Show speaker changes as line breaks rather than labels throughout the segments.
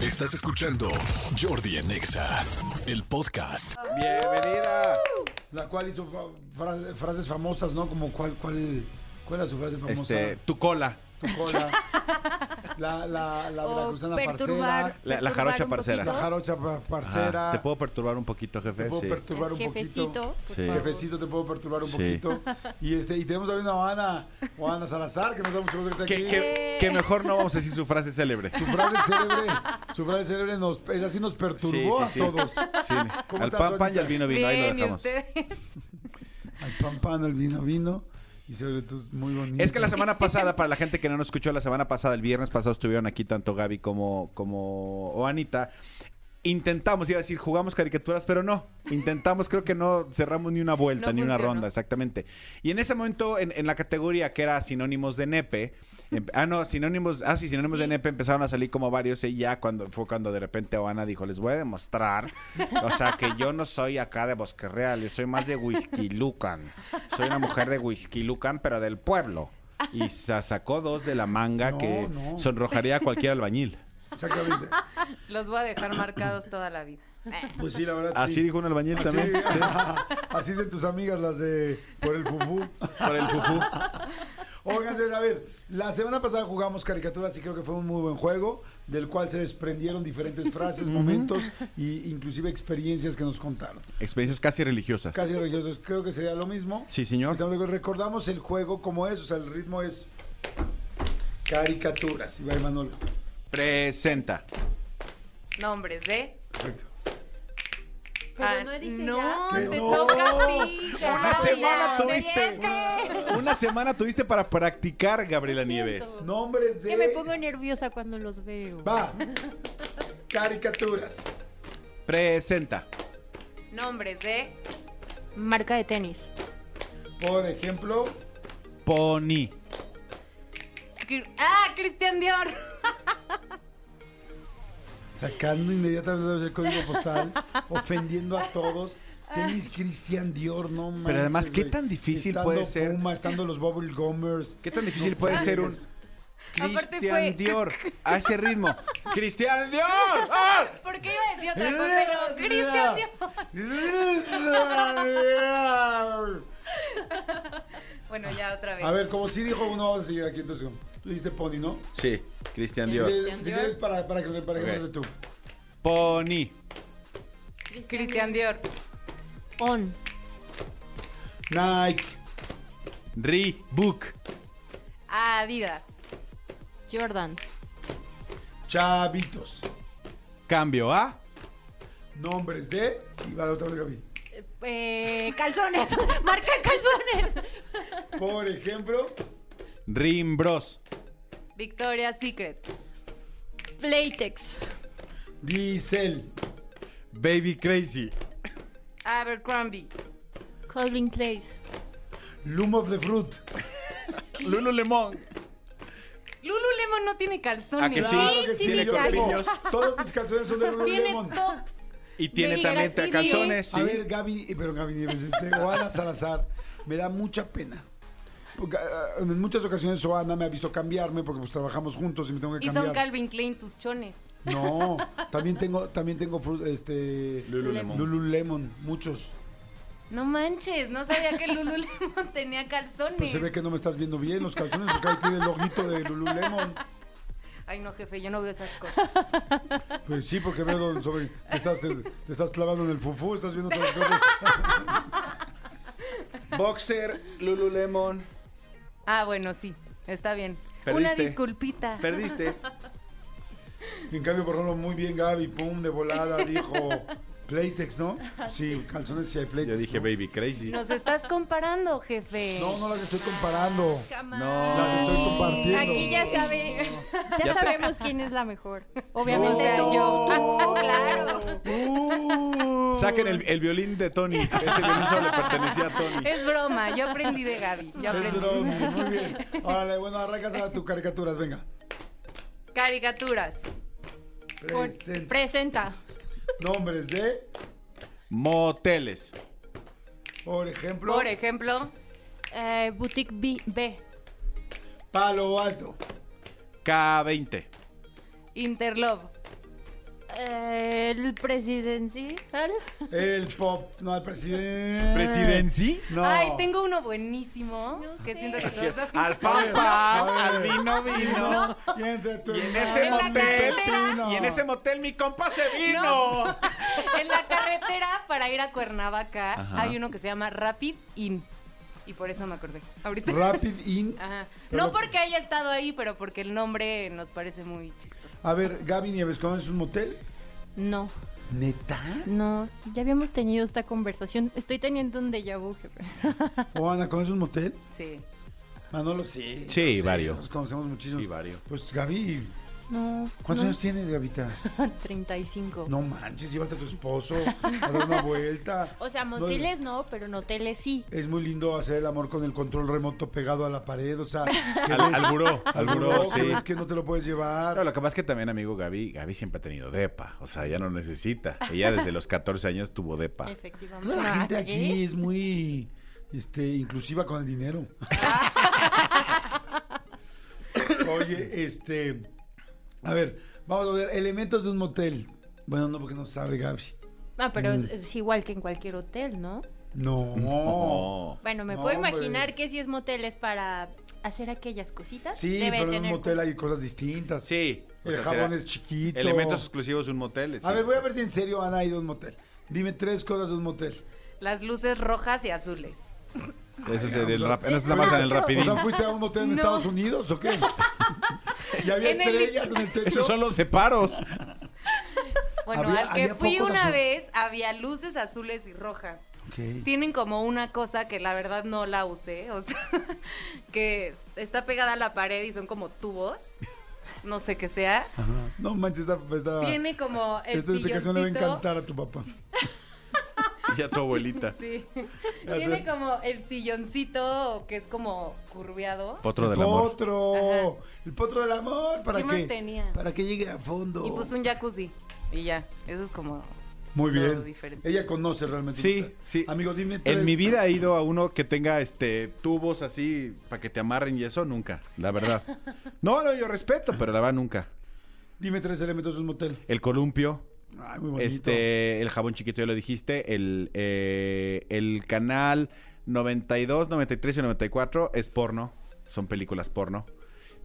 Estás escuchando Jordi en Exa, el podcast.
Bienvenida. La cual hizo fa- fra- frases famosas, ¿no? Como cuál, cuál, cuál era su frase famosa.
Este, tu cola.
Tu cola. la la, la
O
veracruzana
perturbar,
parcera.
La- la
perturbar
jarocha
un
parcera.
La
poquito.
jarocha pa- parcera.
Ajá. Ah, Te puedo perturbar un poquito, jefe.
Te puedo
Sí.
perturbar un
Jefecito,
poquito.
por
Sí.
favor.
Jefecito, te puedo perturbar un
Sí.
poquito. Y este, y tenemos también a Ana, o Ana Salazar, que nos da mucho gusto que esté
Que,
aquí.
que- que mejor no vamos a decir su frase célebre.
Su frase célebre, su frase célebre nos, esa sí nos perturbó
Sí, sí, sí.
a todos.
Sí.
¿Cómo
Al
estás,
pan, pan y
Juanita?
al vino, vino. Ahí lo
Bien, ¿y
dejamos.
ustedes?
Al pan pan, al vino vino. Y sobre todo es muy bonito.
Es que la semana pasada, para la gente que no nos escuchó, la semana pasada, el viernes pasado estuvieron aquí tanto Gaby como, como o Anita. Intentamos, iba a decir, jugamos caricaturas, pero no. Intentamos, creo que no cerramos ni una vuelta,
No
ni una
funcionó.
ronda, exactamente. Y en ese momento, en, en la categoría que era sinónimos de nepe, em- ah, no, sinónimos, ah, sí, sinónimos
Sí.
de nepe empezaron a salir como varios y ya cuando fue cuando de repente Oana dijo, les voy a demostrar, o sea, que yo no soy acá de Bosque Real, yo soy más de Whisky Lucan. Soy una mujer de Whisky Lucan, pero del pueblo. Y sa- sacó dos de la manga
No,
que
no.
sonrojaría a cualquier albañil.
Exactamente.
Los voy a dejar marcados toda la vida. Eh,
Pues sí, la verdad.
Así
sí.
dijo un albañil
Así,
también. ¿Ah, Sí.
así de tus amigas, las de por el fufú.
Por el fufu.
Oigan, señores, a ver, la semana pasada jugamos caricaturas y creo que fue un muy buen juego, del cual se desprendieron diferentes frases, momentos e inclusive experiencias que nos contaron.
Experiencias casi religiosas.
Casi religiosos, creo que sería lo mismo.
Sí, señor.
Estamos de acuerdo. recordamos el juego como es, o sea, el ritmo es caricaturas. Y va Manolo.
Presenta.
Nombres de.
Perfecto.
Pero
Ah,
no dice
no,
ya.
Que
te
no.
toca a ti.
Una
Gaby.
semana
Gaby.
tuviste. Una semana tuviste para practicar, Gabriela
Lo siento.
Nieves.
Nombres de.
Que me pongo nerviosa cuando los veo.
Va. Caricaturas.
Presenta.
Nombres de.
Marca de tenis.
Por ejemplo,
Pony.
Cri- ¡Ah, Cristian Dior!
sacando inmediatamente el código postal, ofendiendo a todos. Tenis Cristian Dior, no manches,
Pero además, ¿qué
güey.
tan difícil
Estando
puede ser?
Puma, estando los Bubble Gummers.
¿Qué tan difícil puede ser un
Aparte
Cristian
fue-
Dior a ese ritmo? ¡Cristian Dior! ¡Ah!
¿Por qué iba a decir otra
Eh,
cosa? Pero Cristian Dior. Bueno, ya otra vez.
A ver, como sí dijo uno, vamos a seguir aquí entonces. Tú dijiste Pony, ¿no?
Sí, Cristian
Si
Dior.
quieres- si quieres, para, para que, para que
Ok.
lo hagas tú.
Pony.
Cristian Dior.
On.
Nike,
Reebok.
Adidas.
Jordan.
Chavitos.
Cambio a
Nombres de. Y va otra vez, Gaby.
Eh, calzones. Marca de calzones.
Por ejemplo,
Rim Bros.
Victoria's Secret.
Playtex.
Diesel.
Baby Crazy.
Abercrombie.
Calvin Klein.
Loom of the Fruit.
Lululemon.
Lululemon no tiene calzones.
¿A que sí?
Claro Ah, que
sí,
sí,
sí,
yo
ya.
tengo. Todas mis canciones son de
Tiene
Lululemon.
tops.
Y tiene
Mira,
también
sí,
calzones, sí.
A ver, Gaby, eh, pero Gaby Nieves, este, o Ana Salazar, me da mucha pena. Porque, ah, en muchas ocasiones Oana me ha visto cambiarme porque pues trabajamos juntos y me tengo que
Y son
cambiar.
Calvin Klein tus chones.
no, también tengo, también tengo fru- este
Lululemon.
Lululemon, muchos.
No manches, no sabía que Lululemon tenía
Pues
calzones.
se ve que no me estás viendo bien los calzones porque ahí tiene el loguito de Lululemon.
Ay, no, jefe, yo no veo esas cosas.
Pues sí, porque veo don- sobre- te, estás, te- te estás clavando en el fufú, estás viendo otras cosas.
Boxer, Lululemon.
Ah, bueno, sí, está bien. Una
Perdiste.
disculpita.
Perdiste.
En cambio, por ejemplo, muy bien Gaby, pum, de volada, dijo Playtex, ¿no?
Ah,
Sí, calzones sí hay Playtex.
Yo dije
¿no?
Baby Crazy.
Nos estás comparando, jefe.
No, no las estoy comparando.
Jamás.
No.
Las estoy compartiendo.
Aquí ya sabe. Ya, sabemos quién es la mejor. Obviamente
sea,
No.
yo.
Ah, claro.
Uh.
Saquen el, el violín de Tony. Ese violín solo le pertenecía a Tony.
Es broma, yo aprendí de Gaby. Yo
Es
aprendí.
broma, muy bien. Órale, bueno, arrancas ahora tus caricaturas, venga.
Caricaturas.
Presenta.
Presenta.
Nombres de,
Moteles.
por ejemplo,
Por e- ejemplo,
Eh, Boutique B. B.
Palo Alto,
K20.
Interlove.
Eh, El presidencial.
El pop, no, el presidente.
¿Presidency?
No.
Ay, tengo uno buenísimo que siento que te vas a
Al
A
pan,
ver,
pan,
a
al
ver.
vino, vino.
Y, entre tu
Y en
hermano,
ese
En la
motel,
carretera.
y en ese motel mi compa se vino.
En la carretera para ir a Cuernavaca
Ajá.
hay uno que se llama Rapid In. Y por eso me acordé. Ahorita.
Rapid In.
Ajá.
Pero-
No porque haya estado ahí, pero porque el nombre nos parece muy chistoso.
A ver, Gaby Nieves, ¿conoces un motel?
No,
¿Neta?
no. Ya habíamos tenido esta conversación. Estoy teniendo un déjà vu, jefe.
¿O Ana, conoces un motel?
Sí.
Manolo, sí.
Sí, varios.
Nos conocemos muchísimo.
Sí, varios.
Pues Gaby,
No.
¿cuántos
no.
años tienes, Gavita?
35.
No manches, llévate a tu esposo a dar una vuelta.
O sea,
No,
motiles no, pero en hoteles sí.
es muy lindo hacer el amor con el control remoto pegado a la pared, o sea, que
Al,
ves-
al buró, al buró,
que
sí.
ves que no te lo puedes llevar.
Pero lo que pasa es que también, amigo Gaby, Gaby siempre ha tenido depa. O sea, ya no necesita. Ella desde los 14 años tuvo depa.
Efectivamente.
Toda la
Ah,
gente
¿qué?
aquí es muy este, inclusiva con el dinero. Oye, este. A ver, vamos a ver. Elementos de un motel. Bueno, no, porque no sabe Gaby.
Ah,
Mm.
pero es, es igual que en cualquier hotel, ¿no?
No.
No.
Bueno, me
No,
puedo
hombre.
imaginar que si es motel es para hacer aquellas cositas.
Sí,
Debe
pero en un
tener
motel hay cosas distintas.
Sí. o
El
sea,
jabón
será
es chiquito.
Elementos exclusivos de un motel. sí.
A ver, voy a ver si en serio han ido a un motel. Dime tres cosas de un motel.
Las luces rojas y azules.
Eso sería el
o sea,
rap. Eso es nada más en el
O
rapidín.
sea, ¿fuiste a un motel en
No.
Estados Unidos o qué? ¿Y había
En el-
estrellas en el techo?
Esos son los separos.
Bueno,
Había-
al que
había
fui
pocos
una
azul-
vez había luces azules y rojas.
Ok.
Tienen como una cosa que la verdad no la usé, o sea, que está pegada a la pared y son como tubos. No sé qué sea.
Ajá. No manches, esta, esta,
Tiene como el
esta explicación le va a
silloncito.
encantar a tu papá.
Y a tu abuelita.
Sí.
Ya
Tiene
sé.
como el silloncito que es como curveado.
Pues,
Potro del amor.
potro,
Ajá.
el potro del amor, para
¿Qué
que
más tenía?
para que llegue a fondo.
Y pues un jacuzzi. Y ya. Eso es como.
Muy
todo
bien.
diferente.
Ella conoce realmente.
Sí, sí.
Amigo, dime. tres-
En mi vida he ido a uno que tenga este tubos así para que te amarren y eso nunca, la verdad. No, no, yo respeto, pero la verdad nunca.
Dime tres elementos de un motel.
El columpio,
Ay, muy bonito.
este, el jabón chiquito, ya lo dijiste, el, eh, el canal 92, 93 y 94 es porno, son películas porno.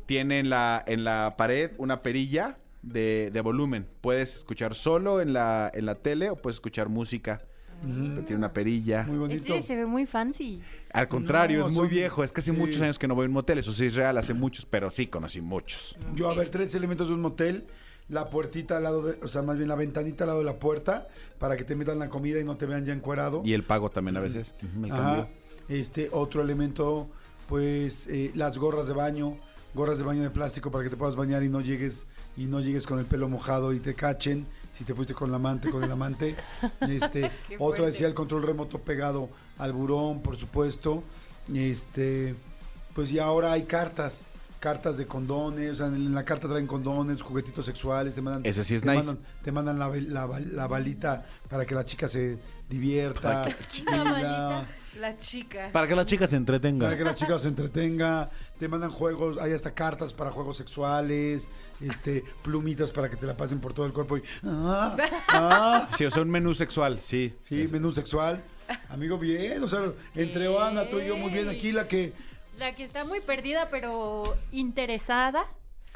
Tiene en la, en la pared una perilla de, de volumen. Puedes escuchar solo en la, en la tele o puedes escuchar música.
Ujú,
Tiene una perilla.
Mm. Muy bonito.
Ese se ve muy fancy.
Al contrario,
No,
es muy
son-
viejo. Es que hace
sí.
muchos años que no voy a un motel. Eso sí es real, hace muchos, pero sí conocí muchos.
Yo, a ver, tres elementos de un motel. La puertita al lado de, o sea, más bien la ventanita al lado de la puerta para que te metan la comida y no te vean ya encuerado.
Y el pago también a veces. Ujú, el
Ajá.
cambio.
Este otro elemento, pues eh, las gorras de baño, gorras de baño de plástico para que te puedas bañar y no llegues y no llegues con el pelo mojado y te cachen si te fuiste con la amante, con el amante. Este
Qué
otro
fuerte.
decía el control remoto pegado al burón, por supuesto. Este pues y ahora hay cartas, cartas de condones, o sea, en la carta traen condones, juguetitos sexuales, te mandan
Eso sí es
te
nice.
mandan, te mandan la, la- la balita para que la chica se divierta.
La
Mira,
balita.
La chica.
Para que las chicas se
Para
entretengan.
que la chica se entretenga, te mandan juegos, hay hasta cartas para juegos sexuales, este, plumitas para que te la pasen por todo el cuerpo y ah, ah,
Sí, o sea, un menú sexual, sí.
sí, menú sexual. Amigo, bien, o sea, entre Ana, tú y yo muy bien aquí, la que
La que está muy perdida, pero interesada.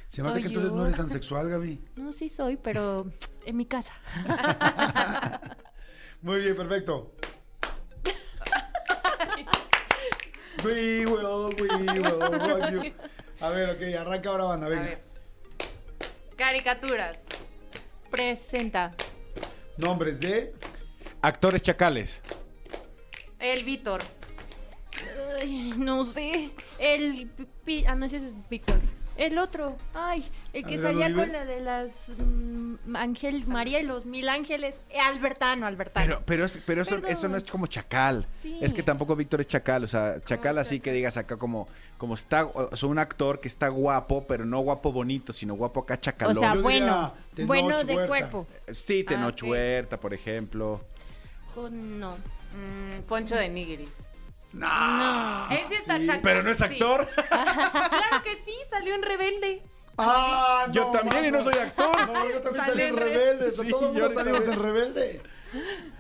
se me hace
Soy
que entonces
yo.
no eres tan sexual, Gaby.
No, sí soy, pero en mi casa.
Muy bien, perfecto. We will, we will, want you. A ver, ok, arranca ahora, Ana,
A
venga.
ver. Caricaturas.
Presenta.
Nombres de
Actores chacales.
El Víctor.
Ay, no sé. El. pi- pi- ah, no, ese es Víctor. El otro. Ay, el que
Adrián
salía
Uribe.
con la de las. mm, Ángel María y los Mil Ángeles. Eh, Albertano, Albertano.
Pero, pero, es- pero eso,
Perdón.
eso no es como chacal.
Sí.
Es que tampoco Víctor es chacal. O sea, chacal
¿Cómo es
así que
chacal?
digas acá como, como está, o sea, un actor que está guapo, pero no guapo bonito, sino guapo acá
o
chacalón.
sea,
Yo diría
bueno.
Tenoch
Bueno de
Huerta.
cuerpo.
sí, Tenoch
Ah, ok.
Huerta, por ejemplo.
Jo- no.
Mm, Poncho de Nigris.
No.
Él sí está
Ah, sí,
chacal,
Pero no es
sí. Ah,
actor.
Claro que sí, salió en Rebelde.
Ah,
Yo también, y no soy actor.
No, yo también salí
Salí
en
en
Rebelde.
Sí,
Todo el
yo
mundo salimos
también.
en Rebelde.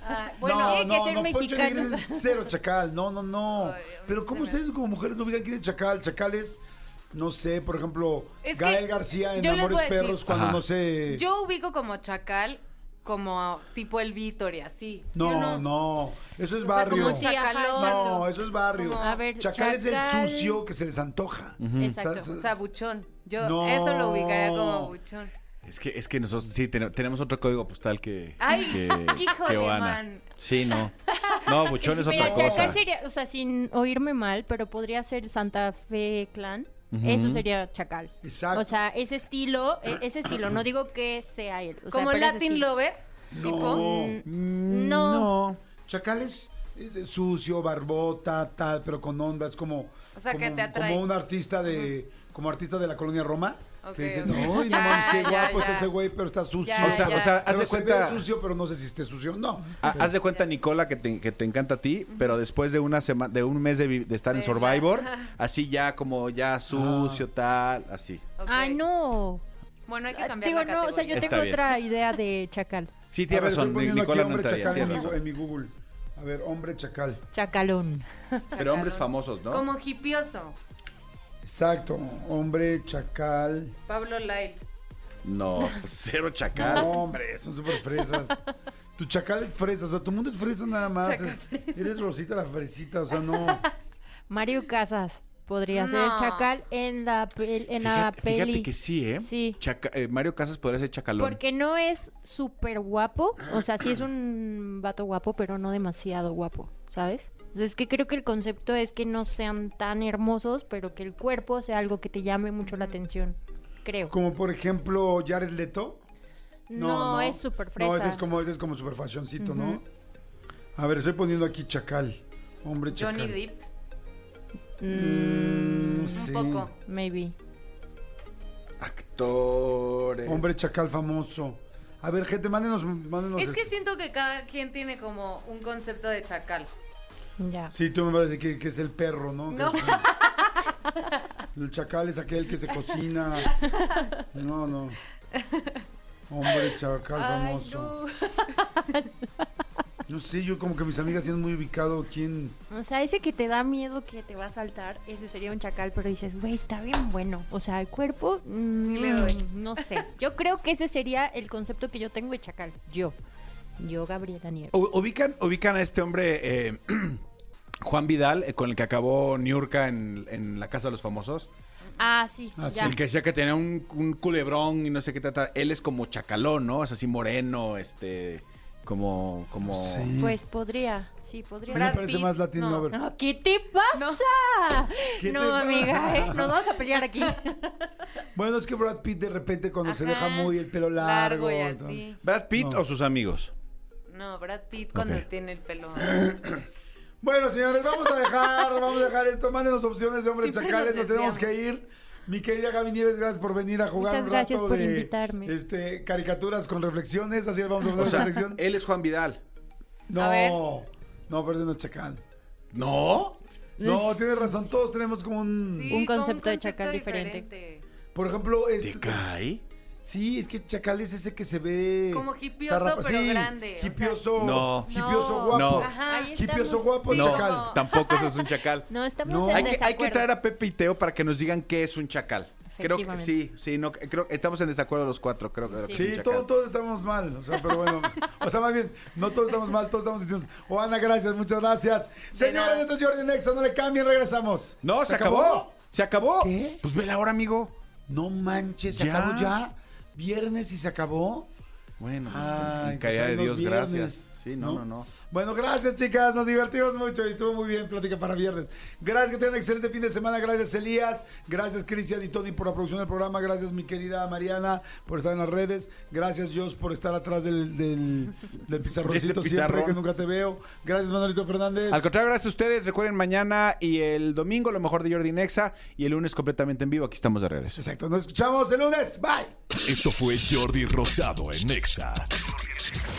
Ah,
Bueno,
no,
tiene que
no,
ser
no, Poncho
mexicano.
Alegre es cero chacal, no, no, no.
Ay, a mí
Pero
se
¿cómo
me
ustedes como mujeres no ubican quién es chacal? Chacal es, no sé, por ejemplo,
Es que
Gael García en
yo les
Amores
voy a decir-
Perros cuando
Ajá.
no se...
Yo ubico como chacal, como tipo el Vítor y así. ¿sí o
No, no, eso es
sea,
barrio.
como
Un
si- Sí, ajá,
chacalón.
no, eso es barrio.
Como-
A ver,
chacal, es el
chacal.
sucio que se les antoja.
Exacto,
Sa- sa-
O sea, buchón. Yo
No.
eso lo ubicaría como buchón.
Es que, es que nosotros sí tene- tenemos otro código postal que,
Ay,
que,
híjole,
que Oana.
man.
Sí, no. No, Buchón es
Mira,
otra
Chacal
cosa.
sería, o sea, sin oírme mal, pero podría ser Santa Fe Clan.
Ujú.
Eso sería Chacal.
Exacto.
O sea, ese estilo, e- ese estilo, no digo que sea él. o sea,
como
pero ese
Latin
estilo. Mm,
Lover. Tipo.
no, Mm,
No.
chacal es eh, sucio, barbota, tal, pero con onda, es como...
O sea, que
como-
te atrae.
Como un artista de... Como artista de la colonia Roma,
Ok,
que dice,
ok.
no, y no
Ya,
mames, qué
ya,
guapo es
ya.
ese güey, pero está sucio.
Ya,
O sea,
ya.
o sea, haz
Pero
de
se vea
cuenta.
sucio, pero no sé si esté sucio o no.
ha- Ah, haz de cuenta, Nicola, que te, que te encanta a ti, pero después de una semana, de un mes de, vi- de estar en
De la-
Survivor, así ya como
Ah.
ya sucio, tal, así.
ok.
Ay, Ah, no.
Bueno, hay que
Ah,
cambiar
Digo,
la
no, o sea, yo
categoría.
Está
tengo
bien.
otra idea de Chacal.
Sí,
A
tienes
ver,
razón,
estoy poniendo
Nicola
aquí
no
hombre
entraría,
chacal en
tienes
mi,
razón.
en mi Google. A ver, hombre chacal.
Chacalón.
Pero hombres
Chacalón.
famosos, ¿no?
Como hipioso.
Exacto, hombre chacal.
Pablo Lyle.
No, cero chacal.
No, hombre, son súper fresas. Tu chacal es fresa, o sea, tu mundo es fresa nada más.
Chacal
Eres Rosita la fresita, o sea, no.
Mario Casas podría
No.
ser Chacal en la, pel- en la
Fíjate, fíjate
peli.
que sí, ¿eh?
Sí.
Chaca- eh, Mario Casas podría ser chacalón.
Porque no es súper guapo, o sea, sí es un vato guapo, pero no demasiado guapo, ¿sabes? O sea, es que creo que el concepto es que no sean tan hermosos, pero que el cuerpo sea algo que te llame mucho la atención, creo.
Como por ejemplo, Jared Leto.
No, es súper fresa.
No, ese es como, ese es como súper fashioncito, ¿no? A ver, estoy poniendo aquí chacal. Hombre chacal.
Johnny Depp.
Mm,
Un
sí.
poco.
Maybe.
Actores.
Hombre chacal famoso. A ver, gente, mándenos, mándenos.
es que
esto.
siento que cada quien tiene como un concepto de chacal.
Ya.
Sí, tú me vas a decir que, que es el perro, ¿no?
No.
Que- El chacal es aquel que se cocina. No, no. Hombre chacal famoso. no. sé, yo como que mis amigas tienen muy ubicado quién.
O sea, ese que te da miedo que te va a saltar, ese sería un chacal, pero dices, güey, está bien bueno. O sea, el cuerpo, mm,
le doy.
no sé. Yo creo que ese sería el concepto que yo tengo de chacal. Yo. Yo, Gabriela Nieves.
U- ubican, ubican a este hombre, eh, Juan Vidal, eh, con el que acabó Niurka en, en La Casa de los Famosos.
Ah, sí,
Ah,
ya.
El que decía que tenía un, un culebrón y no sé qué trata. Él es como chacalón, ¿no? Es así moreno, este. Como. como...
Sí.
Pues podría, sí, podría.
Me parece
Pitt,
más Latin
no.
Lover.
No, ¿Qué te pasa?
No.
¿Qué
no,
te pasa?
amiga, ¿eh? nos vamos a pelear aquí.
Bueno, es que Brad Pitt de repente cuando se deja
Ajá,
muy el pelo largo.
y
entonces-
así.
¿Brad Pitt
No.
o sus amigos?
No, Brad Pitt cuando
Ok.
tiene el pelo.
Bueno, señores, vamos a dejar, vamos a dejar esto. Mándenos opciones de hombres
Siempre
chacales, nos
nos
tenemos que
desviamos.
ir. Mi querida Gaby Nieves, gracias por venir a jugar
Muchas
un
gracias
rato
por
de
invitarme.
este caricaturas con reflexiones, así le vamos a poner
O sea,
la sección.
él es Juan Vidal.
A ver.
No, no, perdón, no es chacal.
¿No?
No, tienes razón, todos tenemos como un
Sí,
Un
como
concepto de chacal diferente.
por ejemplo,
¿Te
este
cae?
Sí, es que chacal es ese que se ve
Como hipioso, pero grande, o sea.
Hipioso.
No.
Hipioso
No.
guapo.
No.
Ajá.
Ahí
Hipioso
estamos,
guapo
sí,
el
no,
chacal.
como-
tampoco eso es un chacal.
No, estamos
No.
en
Hay que,
desacuerdo.
hay que traer a Pepe y Teo para que nos digan qué es un chacal. Creo que sí,
Efectivamente.
sí, no, creo que estamos en desacuerdo los cuatro, creo que es
Sí,
un chacal.
todo- todos estamos mal, o sea, pero bueno, o sea, más bien, no todos estamos mal, todos estamos distintos. Oana, gracias, muchas gracias. Señores,
nada.
esto es Jordi Nexa, no le cambien, regresamos.
No, se, acabó. Se acabó.
¿Qué?
Pues vela ahora, amigo.
No manches, se
Ya.
acabó ya. Viernes y se acabó.
Bueno, pues,
Ay,
en
pues
calidad
hay
de
los
Dios,
viernes,
gracias. Sí, no, no, no.
Bueno, gracias, chicas. Nos divertimos mucho y estuvo muy bien Plática para Viernes. Gracias, que tengan un excelente fin de semana. Gracias, Elías. Gracias, Cristian y Tony por la producción del programa. Gracias, mi querida Mariana, por estar en las redes. Gracias, Dios, por estar atrás del, del, del pizarroncito
De ese
siempre,
Este pizarrón.
que nunca te veo. Gracias, Manolito Fernández.
Al contrario, gracias a ustedes. Recuerden mañana y el domingo lo mejor de Jordi Nexa y el lunes completamente en vivo. Aquí estamos de regreso.
Exacto. Nos escuchamos el lunes. Bye.
Esto fue Jordi Rosado en Exa.